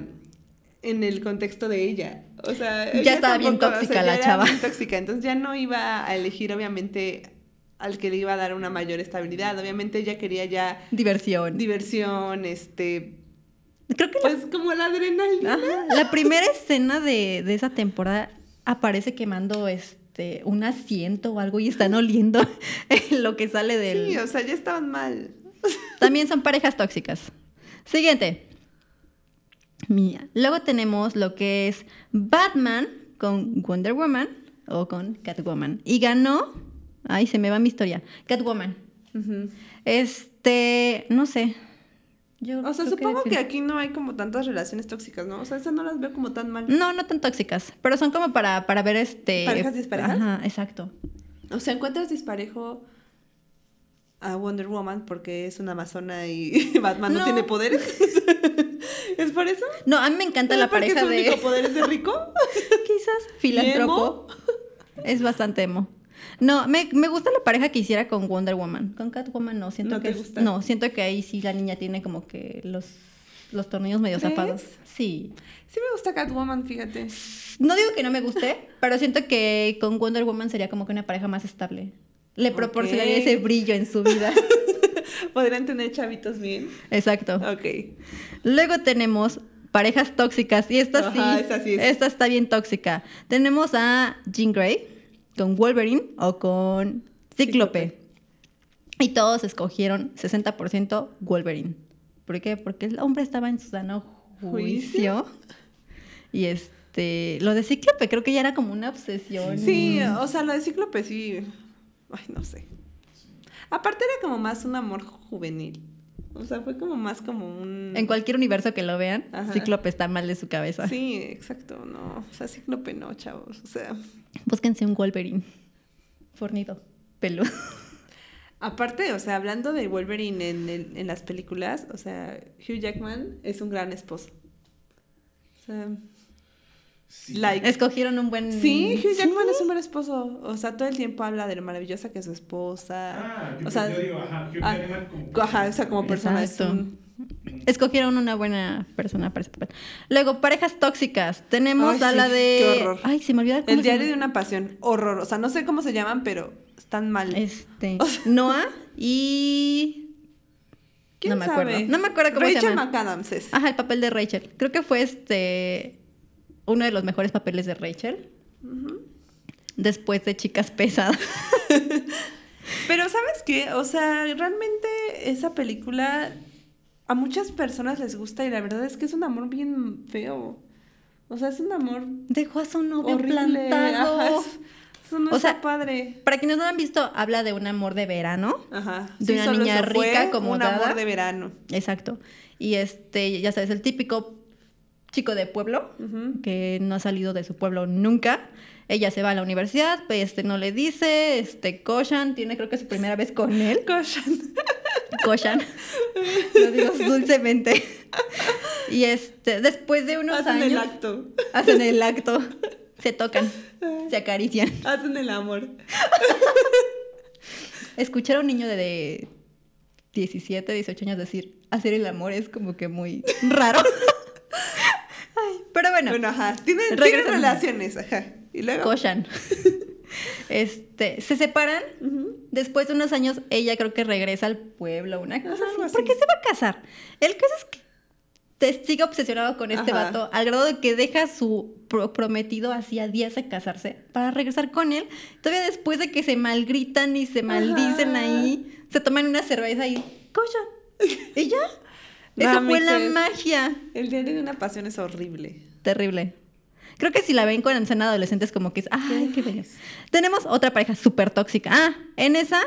[SPEAKER 2] en el contexto de ella. O sea,
[SPEAKER 1] Ya
[SPEAKER 2] ella
[SPEAKER 1] estaba bien
[SPEAKER 2] tampoco,
[SPEAKER 1] tóxica
[SPEAKER 2] ya
[SPEAKER 1] la
[SPEAKER 2] era
[SPEAKER 1] chava.
[SPEAKER 2] bien tóxica, entonces ya no iba a elegir obviamente al que le iba a dar una mayor estabilidad. Obviamente ella quería ya
[SPEAKER 1] Diversión.
[SPEAKER 2] diversión, este,
[SPEAKER 1] Creo que la-
[SPEAKER 2] pues como la adrenalina.
[SPEAKER 1] Ajá. la, primera escena de, de esa temporada aparece quemando este un asiento o algo y están oliendo lo que sale del.
[SPEAKER 2] Sí, o sea, ya estaban mal.
[SPEAKER 1] También son parejas tóxicas. Siguiente. Mía. Luego tenemos lo que es Batman con Wonder Woman o con Catwoman. Y ganó. Ay, se me va mi historia. Catwoman. Este. No sé. Yo
[SPEAKER 2] O sea,
[SPEAKER 1] creo
[SPEAKER 2] supongo que
[SPEAKER 1] defin-
[SPEAKER 2] aquí no hay como tantas relaciones tóxicas, ¿no? O sea, esas no las veo como tan mal.
[SPEAKER 1] No, no tan tóxicas. Pero son como para, para ver este.
[SPEAKER 2] ¿Parejas disparejas?
[SPEAKER 1] Ajá, exacto.
[SPEAKER 2] O sea, encuentras disparejo a Wonder Woman porque es una amazona y Batman no,
[SPEAKER 1] No.
[SPEAKER 2] tiene poderes. ¿Es por eso?
[SPEAKER 1] No, a mí me encanta
[SPEAKER 2] ¿No
[SPEAKER 1] la
[SPEAKER 2] es porque
[SPEAKER 1] pareja
[SPEAKER 2] su
[SPEAKER 1] de.
[SPEAKER 2] único poder es de rico?
[SPEAKER 1] Quizás filántropo. Es bastante emo. No, me, me gusta la pareja que hiciera con Wonder Woman. Con Catwoman no, siento
[SPEAKER 2] ¿No
[SPEAKER 1] que
[SPEAKER 2] te
[SPEAKER 1] es-
[SPEAKER 2] gusta?
[SPEAKER 1] no, siento que ahí sí la niña tiene como que los los tornillos medio
[SPEAKER 2] ¿Crees?
[SPEAKER 1] zapados. Sí.
[SPEAKER 2] Sí me gusta Catwoman, fíjate.
[SPEAKER 1] No digo que no me guste, pero siento que con Wonder Woman sería como que una pareja más estable. Le
[SPEAKER 2] Ok.
[SPEAKER 1] proporcionaría ese brillo en su vida.
[SPEAKER 2] Podrían tener chavitos bien.
[SPEAKER 1] Exacto.
[SPEAKER 2] Ok.
[SPEAKER 1] Luego tenemos parejas tóxicas. Y esta sí.
[SPEAKER 2] Ajá, esa sí es.
[SPEAKER 1] Esta está bien tóxica. Tenemos a Jean Grey con Wolverine o con Cíclope. Y todos escogieron 60% Wolverine. ¿Por qué? Porque el hombre estaba en su sano juicio. Y este. Lo de Cíclope creo que ya era como una obsesión.
[SPEAKER 2] Sí, o sea, lo de Cíclope sí. Ay, no sé. Aparte era como más un amor juvenil. O sea, fue como más como un.
[SPEAKER 1] En cualquier universo que lo vean,
[SPEAKER 2] Ajá.
[SPEAKER 1] Cíclope está mal de su cabeza.
[SPEAKER 2] Sí, exacto, no. O sea, Cíclope no, chavos. O sea.
[SPEAKER 1] Búsquense un Wolverine. Fornido. Peludo.
[SPEAKER 2] Aparte, o sea, hablando de Wolverine en, el- en las películas, o sea, Hugh Jackman es un gran esposo. O sea,
[SPEAKER 3] Sí.
[SPEAKER 2] Like.
[SPEAKER 1] Escogieron un buen.
[SPEAKER 2] sí, Hugh Jackman es un buen esposo. O sea, todo el tiempo habla de lo maravillosa que es su esposa.
[SPEAKER 3] Ah, yo,
[SPEAKER 2] o sea,
[SPEAKER 3] yo digo, ajá, yo
[SPEAKER 2] ah,
[SPEAKER 3] Jackman como-
[SPEAKER 2] ajá, o sea, como persona es
[SPEAKER 1] Exacto.
[SPEAKER 2] un-
[SPEAKER 1] Escogieron una buena persona para ese papel. Luego, parejas tóxicas. Tenemos
[SPEAKER 2] Ay,
[SPEAKER 1] a
[SPEAKER 2] sí,
[SPEAKER 1] la de.
[SPEAKER 2] qué horror.
[SPEAKER 1] Ay, se me olvidó cómo
[SPEAKER 2] El
[SPEAKER 1] se
[SPEAKER 2] diario de
[SPEAKER 1] llama.
[SPEAKER 2] una pasión. Horror. O sea, no sé cómo se llaman, pero están mal.
[SPEAKER 1] Este. Noah y.
[SPEAKER 2] ¿Quién
[SPEAKER 1] no me acuerdo.
[SPEAKER 2] sabe?
[SPEAKER 1] No me acuerdo cómo se
[SPEAKER 2] Rachel
[SPEAKER 1] llaman.
[SPEAKER 2] McAdams es.
[SPEAKER 1] Ajá, el papel de Rachel. Creo que fue este. Uno de los mejores papeles de Rachel. Después de Chicas Pesadas.
[SPEAKER 2] Pero ¿sabes qué? O sea, realmente esa película a muchas personas les gusta y la verdad es que es un amor bien feo. O sea, es un amor
[SPEAKER 1] Dejó a su novio
[SPEAKER 2] horrible.
[SPEAKER 1] plantado.
[SPEAKER 2] Ajá, es- eso no
[SPEAKER 1] O
[SPEAKER 2] está
[SPEAKER 1] sea-
[SPEAKER 2] padre.
[SPEAKER 1] Para quienes no lo han visto, habla de un amor de verano.
[SPEAKER 2] Ajá.
[SPEAKER 1] de
[SPEAKER 2] Sí,
[SPEAKER 1] una
[SPEAKER 2] solo
[SPEAKER 1] niña
[SPEAKER 2] eso fue
[SPEAKER 1] rica,
[SPEAKER 2] un
[SPEAKER 1] acomodada.
[SPEAKER 2] amor de verano.
[SPEAKER 1] Exacto. Y este, ya sabes, el típico chico de pueblo
[SPEAKER 2] Ujú.
[SPEAKER 1] que no ha salido de su pueblo nunca. Ella se va a la universidad, pues, este no le dice, este Koshan tiene creo que su primera vez con él,
[SPEAKER 2] Caution.
[SPEAKER 1] Koshan. Lo digo dulcemente. Y este, después de unos
[SPEAKER 2] Hacen el
[SPEAKER 1] años
[SPEAKER 2] acto.
[SPEAKER 1] hacen el acto, se tocan, se acarician.
[SPEAKER 2] Hacen el amor.
[SPEAKER 1] Escuchar a un niño de, de 17, 18 años decir hacer el amor es como que muy raro. Ay, pero bueno,
[SPEAKER 2] Bueno, ajá. Tienen, tienen
[SPEAKER 1] Regresando.
[SPEAKER 2] relaciones, ajá. Y luego.
[SPEAKER 1] cochan. Este, se separan.
[SPEAKER 2] Ujú.
[SPEAKER 1] Después de unos años, ella creo que regresa al pueblo, una cosa
[SPEAKER 2] Ajá, algo
[SPEAKER 1] así. Porque
[SPEAKER 2] así.
[SPEAKER 1] se va a casar. El caso es que te sigue obsesionado con este
[SPEAKER 2] Ajá.
[SPEAKER 1] vato, al grado de que deja a su pro- prometido hacía días de casarse para regresar con él. Todavía después de que se malgritan y se maldicen
[SPEAKER 2] Ajá.
[SPEAKER 1] ahí, se toman una cerveza y cochan. Y ya. Esa
[SPEAKER 2] Nada,
[SPEAKER 1] fue la
[SPEAKER 2] mixes.
[SPEAKER 1] magia.
[SPEAKER 2] El diario de una pasión es horrible.
[SPEAKER 1] Terrible. Creo que si la ven con escena adolescentes como que es, ay, qué bello. Tenemos otra pareja súper tóxica. Ah, en esa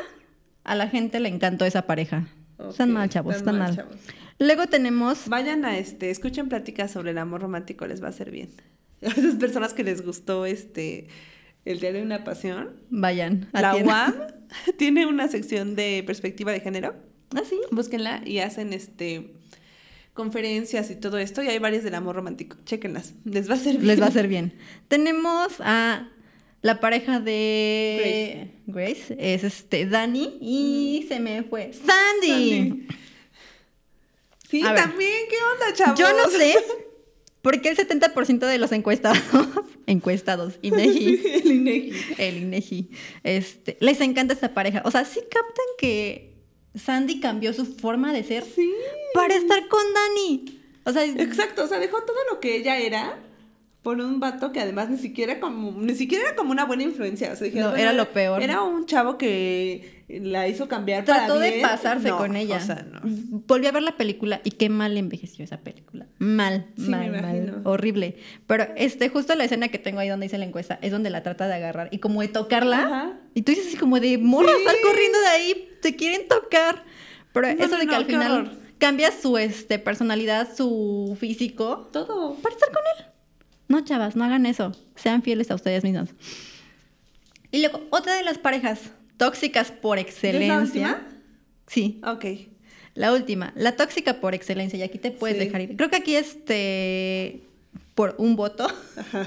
[SPEAKER 1] a la gente le encantó esa pareja. están
[SPEAKER 2] Ok,
[SPEAKER 1] mal, chavos,
[SPEAKER 2] están
[SPEAKER 1] están mal.
[SPEAKER 2] mal, chavos.
[SPEAKER 1] Luego tenemos,
[SPEAKER 2] Vayan a este, escuchen pláticas sobre el amor romántico, les va a hacer bien. A esas personas que les gustó este el diario de una pasión,
[SPEAKER 1] vayan,
[SPEAKER 2] la
[SPEAKER 1] atiendan.
[SPEAKER 2] UAM tiene una sección de perspectiva de género.
[SPEAKER 1] Ah, sí.
[SPEAKER 2] Búsquenla y hacen este conferencias y todo esto y hay varias del amor romántico. Chéquenlas, les va a hacer bien.
[SPEAKER 1] Les va a hacer bien. Tenemos a la pareja de Grace, es este Dani y se me fue Sandy.
[SPEAKER 2] Sandy. Sí,
[SPEAKER 1] A ver.
[SPEAKER 2] también, ¿qué onda, chavos?
[SPEAKER 1] Yo no sé por qué el 70% de los encuestados, encuestados, INEGI,
[SPEAKER 2] el Inegi.
[SPEAKER 1] El Inegi. Este, les encanta esta pareja. O sea, sí captan que Sandy cambió su forma de ser
[SPEAKER 2] Sí.
[SPEAKER 1] para estar con Dani. O sea,
[SPEAKER 2] Exacto, o sea, dejó todo lo que ella era por un vato que además ni siquiera como ni siquiera era como una buena influencia, o sea, dije,
[SPEAKER 1] No,
[SPEAKER 2] bueno,
[SPEAKER 1] era lo peor.
[SPEAKER 2] Era un chavo que la hizo cambiar para
[SPEAKER 1] trató de
[SPEAKER 2] bien.
[SPEAKER 1] pasarse
[SPEAKER 2] No,
[SPEAKER 1] con ella.
[SPEAKER 2] O sea, no.
[SPEAKER 1] Volví a ver la película y qué mal envejeció esa película. Mal,
[SPEAKER 2] Sí, me
[SPEAKER 1] mal, mal.
[SPEAKER 2] imagino.
[SPEAKER 1] Horrible. Pero este, justo la escena que tengo ahí donde hice la encuesta es donde la trata de agarrar y como de tocarla.
[SPEAKER 2] Ajá.
[SPEAKER 1] Y tú dices así como de morra,
[SPEAKER 2] Sí.
[SPEAKER 1] sal corriendo de ahí, te quieren tocar. Pero
[SPEAKER 2] No,
[SPEAKER 1] eso
[SPEAKER 2] no,
[SPEAKER 1] de que
[SPEAKER 2] no,
[SPEAKER 1] al
[SPEAKER 2] qué
[SPEAKER 1] final
[SPEAKER 2] horror.
[SPEAKER 1] cambia su este, personalidad, su físico.
[SPEAKER 2] Todo.
[SPEAKER 1] para estar con él. No, chavas, no hagan eso. Sean fieles a ustedes mismas. Y luego, otra de las parejas tóxicas por excelencia.
[SPEAKER 2] última?
[SPEAKER 1] Sí.
[SPEAKER 2] Ok.
[SPEAKER 1] La última, la tóxica por excelencia, y aquí te puedes
[SPEAKER 2] Sí.
[SPEAKER 1] dejar ir. Creo que aquí este, por un voto,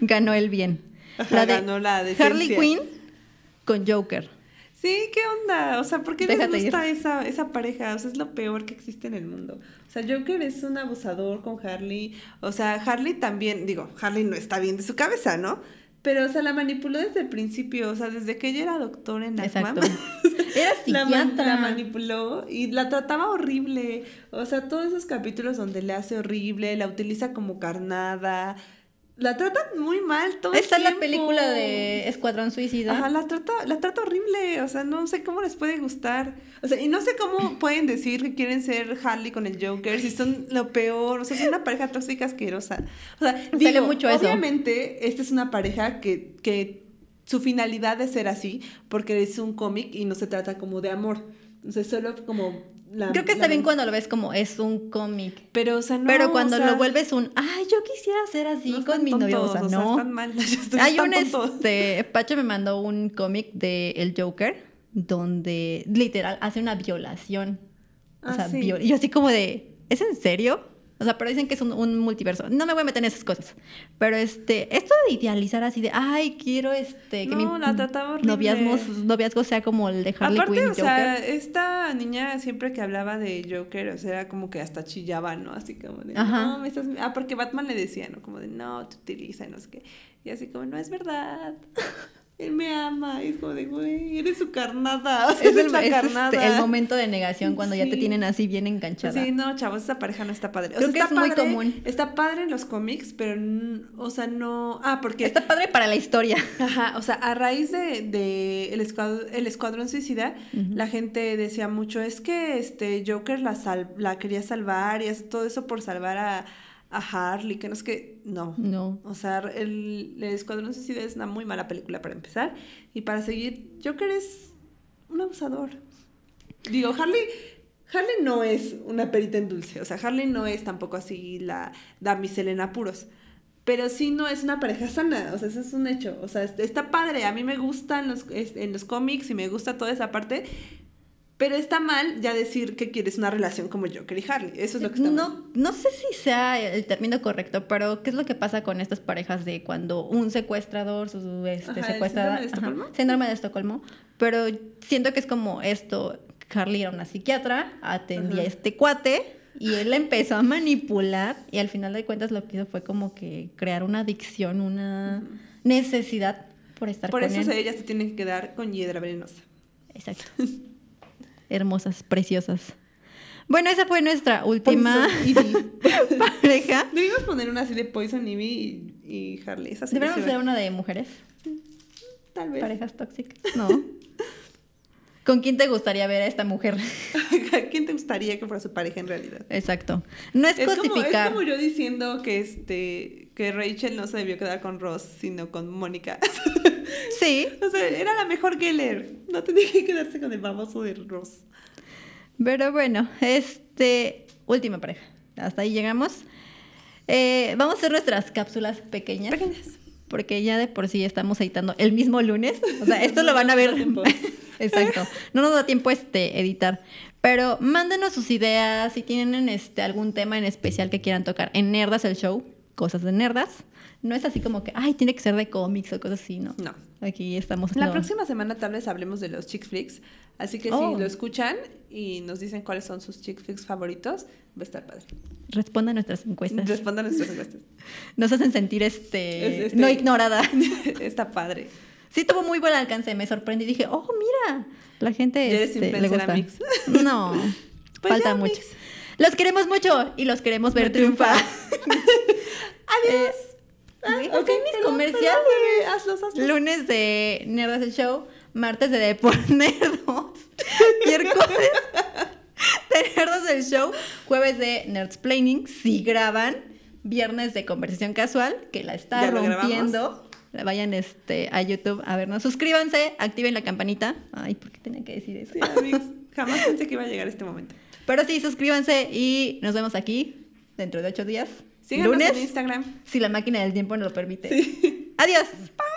[SPEAKER 1] ganó el bien.
[SPEAKER 2] Ajá, ganó la decencia.
[SPEAKER 1] Harley Quinn con Joker.
[SPEAKER 2] Sí, ¿qué onda? O sea, ¿por qué les
[SPEAKER 1] Déjate ir.
[SPEAKER 2] gusta esa, esa pareja? O sea, es lo peor que existe en el mundo. O sea, Joker es un abusador con Harley. O sea, Harley también, digo, Harley no está bien de su cabeza, ¿no? Pero, o sea, la manipuló desde el principio. O sea, desde que ella era doctora en
[SPEAKER 1] Exacto.
[SPEAKER 2] Exacto.
[SPEAKER 1] Era
[SPEAKER 2] La, man- la
[SPEAKER 1] psiquiatra.
[SPEAKER 2] manipuló y la trataba horrible. O sea, todos esos capítulos donde le hace horrible, la utiliza como carnada. La tratan muy mal todo el
[SPEAKER 1] Está la
[SPEAKER 2] tiempo.
[SPEAKER 1] película de Escuadrón Suicida.
[SPEAKER 2] Ajá, la trata, la trata horrible, o sea, no sé cómo les puede gustar. O sea, y no sé cómo pueden decir que quieren ser Harley con el Joker, si son lo peor, o sea, es una pareja tóxica asquerosa. O sea,
[SPEAKER 1] Sale
[SPEAKER 2] digo,
[SPEAKER 1] mucho eso.
[SPEAKER 2] obviamente, esta es una pareja que, que su finalidad es ser así, porque es un cómic y no se trata como de amor. O sea, solo como la...
[SPEAKER 1] Creo que está
[SPEAKER 2] la-
[SPEAKER 1] bien cuando lo ves como es un cómic.
[SPEAKER 2] Pero, o sea, no,
[SPEAKER 1] Pero
[SPEAKER 2] o
[SPEAKER 1] cuando
[SPEAKER 2] sea,
[SPEAKER 1] lo vuelves un, ay, yo quisiera ser así
[SPEAKER 2] no
[SPEAKER 1] con
[SPEAKER 2] están
[SPEAKER 1] mi novio. O
[SPEAKER 2] tontos,
[SPEAKER 1] sea, no.
[SPEAKER 2] están mal, están
[SPEAKER 1] Hay un
[SPEAKER 2] tontos.
[SPEAKER 1] este, Pacho me mandó un cómic de El Joker donde literal hace una violación. O
[SPEAKER 2] Ah,
[SPEAKER 1] sea,
[SPEAKER 2] sí.
[SPEAKER 1] viol- y yo así como de, ¿es en serio? O sea, pero dicen que es un, un multiverso. No me voy a meter en esas cosas. Pero este, esto de idealizar así de, ay, quiero este que
[SPEAKER 2] No,
[SPEAKER 1] mi
[SPEAKER 2] la trataba horrible.
[SPEAKER 1] noviazgo, noviazgo sea como el de Harley
[SPEAKER 2] Aparte,
[SPEAKER 1] Quinn y
[SPEAKER 2] o
[SPEAKER 1] Joker.
[SPEAKER 2] sea, esta niña siempre que hablaba de Joker, o sea, era como que hasta chillaba, ¿no? Así como de,
[SPEAKER 1] Ajá.
[SPEAKER 2] no, me estás... Ah, porque Batman le decía, ¿no? Como de, no, te utiliza, y no sé qué. Y así como, no es verdad. Él me ama. Y es como de, güey, eres su carnada.
[SPEAKER 1] es el,
[SPEAKER 2] eres la
[SPEAKER 1] es, este,
[SPEAKER 2] carnada.
[SPEAKER 1] el momento de negación cuando ya te
[SPEAKER 2] Sí.
[SPEAKER 1] tienen así bien enganchada.
[SPEAKER 2] Sí, no, chavos, esa pareja no está padre. O
[SPEAKER 1] Creo
[SPEAKER 2] sea,
[SPEAKER 1] que
[SPEAKER 2] está
[SPEAKER 1] es muy
[SPEAKER 2] padre-
[SPEAKER 1] común.
[SPEAKER 2] Está padre en los cómics, pero, n- o sea, no... Ah, porque...
[SPEAKER 1] Está padre para la historia.
[SPEAKER 2] Ajá, o sea, a raíz de, de el, Escuad- el Escuadrón Suicida, la gente decía mucho, es que este Joker la, sal- la quería salvar y hace todo eso por salvar a, a Harley, que no es que... No.
[SPEAKER 1] No.
[SPEAKER 2] O sea, el, el Escuadrón Suicida es una muy mala película para empezar. Y para seguir, Joker es un abusador. Digo, Harley... Harley no es una perita en dulce, o sea, Harley no es tampoco así la damisela en apuros. Pero sí no es una pareja sana, o sea, eso es un hecho. O sea, es- está padre, a mí me gustan los, es- en los cómics y me gusta toda esa parte, pero está mal ya decir que quieres una relación como Joker y Harley. Eso es lo que está mal.
[SPEAKER 1] No, no sé si sea el término correcto, pero ¿qué es lo que pasa con estas parejas de cuando un secuestrador, su- su este,
[SPEAKER 2] Ajá, ¿el
[SPEAKER 1] secuestrada-
[SPEAKER 2] síndrome de
[SPEAKER 1] ajá,
[SPEAKER 2] Estocolmo?
[SPEAKER 1] síndrome de Estocolmo, pero siento que es como esto, Harley era una psiquiatra, atendía a
[SPEAKER 2] Ajá.
[SPEAKER 1] este cuate y él la empezó a manipular y al final de cuentas lo que hizo fue como que crear una adicción, una necesidad por estar
[SPEAKER 2] Por
[SPEAKER 1] con
[SPEAKER 2] eso
[SPEAKER 1] él.
[SPEAKER 2] ellas se tienen que quedar con hiedra venenosa.
[SPEAKER 1] Exacto. Hermosas, preciosas. Bueno, esa fue nuestra última
[SPEAKER 2] Poison Ivy.
[SPEAKER 1] pareja.
[SPEAKER 2] Debimos poner una así de Poison Ivy y, y Harley. Esa sí Pues. me
[SPEAKER 1] Deberíamos
[SPEAKER 2] suena.
[SPEAKER 1] hacer una de mujeres,
[SPEAKER 2] Tal vez.
[SPEAKER 1] parejas tóxicas. No. ¿Con quién te gustaría ver a esta mujer?
[SPEAKER 2] ¿Quién te gustaría que fuera su pareja en realidad?
[SPEAKER 1] Exacto. No es,
[SPEAKER 2] Es como, es
[SPEAKER 1] cosificar.
[SPEAKER 2] como yo diciendo que este que Rachel no se debió quedar con Ross, sino con Mónica.
[SPEAKER 1] Sí.
[SPEAKER 2] O sea, era la mejor Geller. No tenía que quedarse con el baboso de Ross.
[SPEAKER 1] Pero bueno, este. Última pareja. Hasta ahí llegamos. Eh, vamos a hacer nuestras cápsulas pequeñas.
[SPEAKER 2] Pequeñas.
[SPEAKER 1] Porque ya de por sí estamos editando el mismo lunes. O sea, esto lo van a ver.
[SPEAKER 2] No nos da tiempo.
[SPEAKER 1] Exacto. No nos da tiempo este editar. Pero mándenos sus ideas, si tienen este algún tema en especial que quieran tocar en Nerdas el show, cosas de nerdas. No es así como que, ay, tiene que ser de cómics o cosas así, no.
[SPEAKER 2] No.
[SPEAKER 1] Aquí estamos.
[SPEAKER 2] La
[SPEAKER 1] no.
[SPEAKER 2] próxima semana tal vez hablemos de los chick flicks. Así que
[SPEAKER 1] Oh.
[SPEAKER 2] si lo escuchan y nos dicen cuáles son sus chick flicks favoritos, va a estar padre.
[SPEAKER 1] Responda a nuestras encuestas.
[SPEAKER 2] Respondan nuestras encuestas.
[SPEAKER 1] Nos hacen sentir este,
[SPEAKER 2] Es- este-
[SPEAKER 1] no ignorada.
[SPEAKER 2] Está padre.
[SPEAKER 1] Sí tuvo muy buen alcance, me sorprendí. Dije, oh, mira, la gente
[SPEAKER 2] Ya eres
[SPEAKER 1] este, le
[SPEAKER 2] influencer,
[SPEAKER 1] gusta.
[SPEAKER 2] Amix.
[SPEAKER 1] No,
[SPEAKER 2] Pues
[SPEAKER 1] falta
[SPEAKER 2] ya,
[SPEAKER 1] mucho.
[SPEAKER 2] Amix.
[SPEAKER 1] Los queremos mucho y los queremos ver
[SPEAKER 2] Ver
[SPEAKER 1] triunfar.
[SPEAKER 2] Adiós. Ah,
[SPEAKER 1] Ay,
[SPEAKER 2] Ok,
[SPEAKER 1] ok, mis
[SPEAKER 2] perdón,
[SPEAKER 1] comerciales.
[SPEAKER 2] perdón, bebé. Hazlos, hazlos.
[SPEAKER 1] Lunes de Nerdas el Show, martes de Depor Nerdos, miércoles de Nerdos el Show, jueves de Nerds Planning, si graban, viernes de Conversación Casual, que la está
[SPEAKER 2] Ya lo
[SPEAKER 1] rompiendo. Vayan este, a YouTube a vernos. Suscríbanse, activen la campanita. Ay, ¿por qué tenía que decir eso?
[SPEAKER 2] Sí, Amix. Jamás pensé que iba a llegar este momento.
[SPEAKER 1] Pero sí, suscríbanse y nos vemos aquí dentro de ocho días.
[SPEAKER 2] Síganos en
[SPEAKER 1] lunes,
[SPEAKER 2] Instagram.
[SPEAKER 1] si la máquina del tiempo nos lo permite. Adiós. Bye.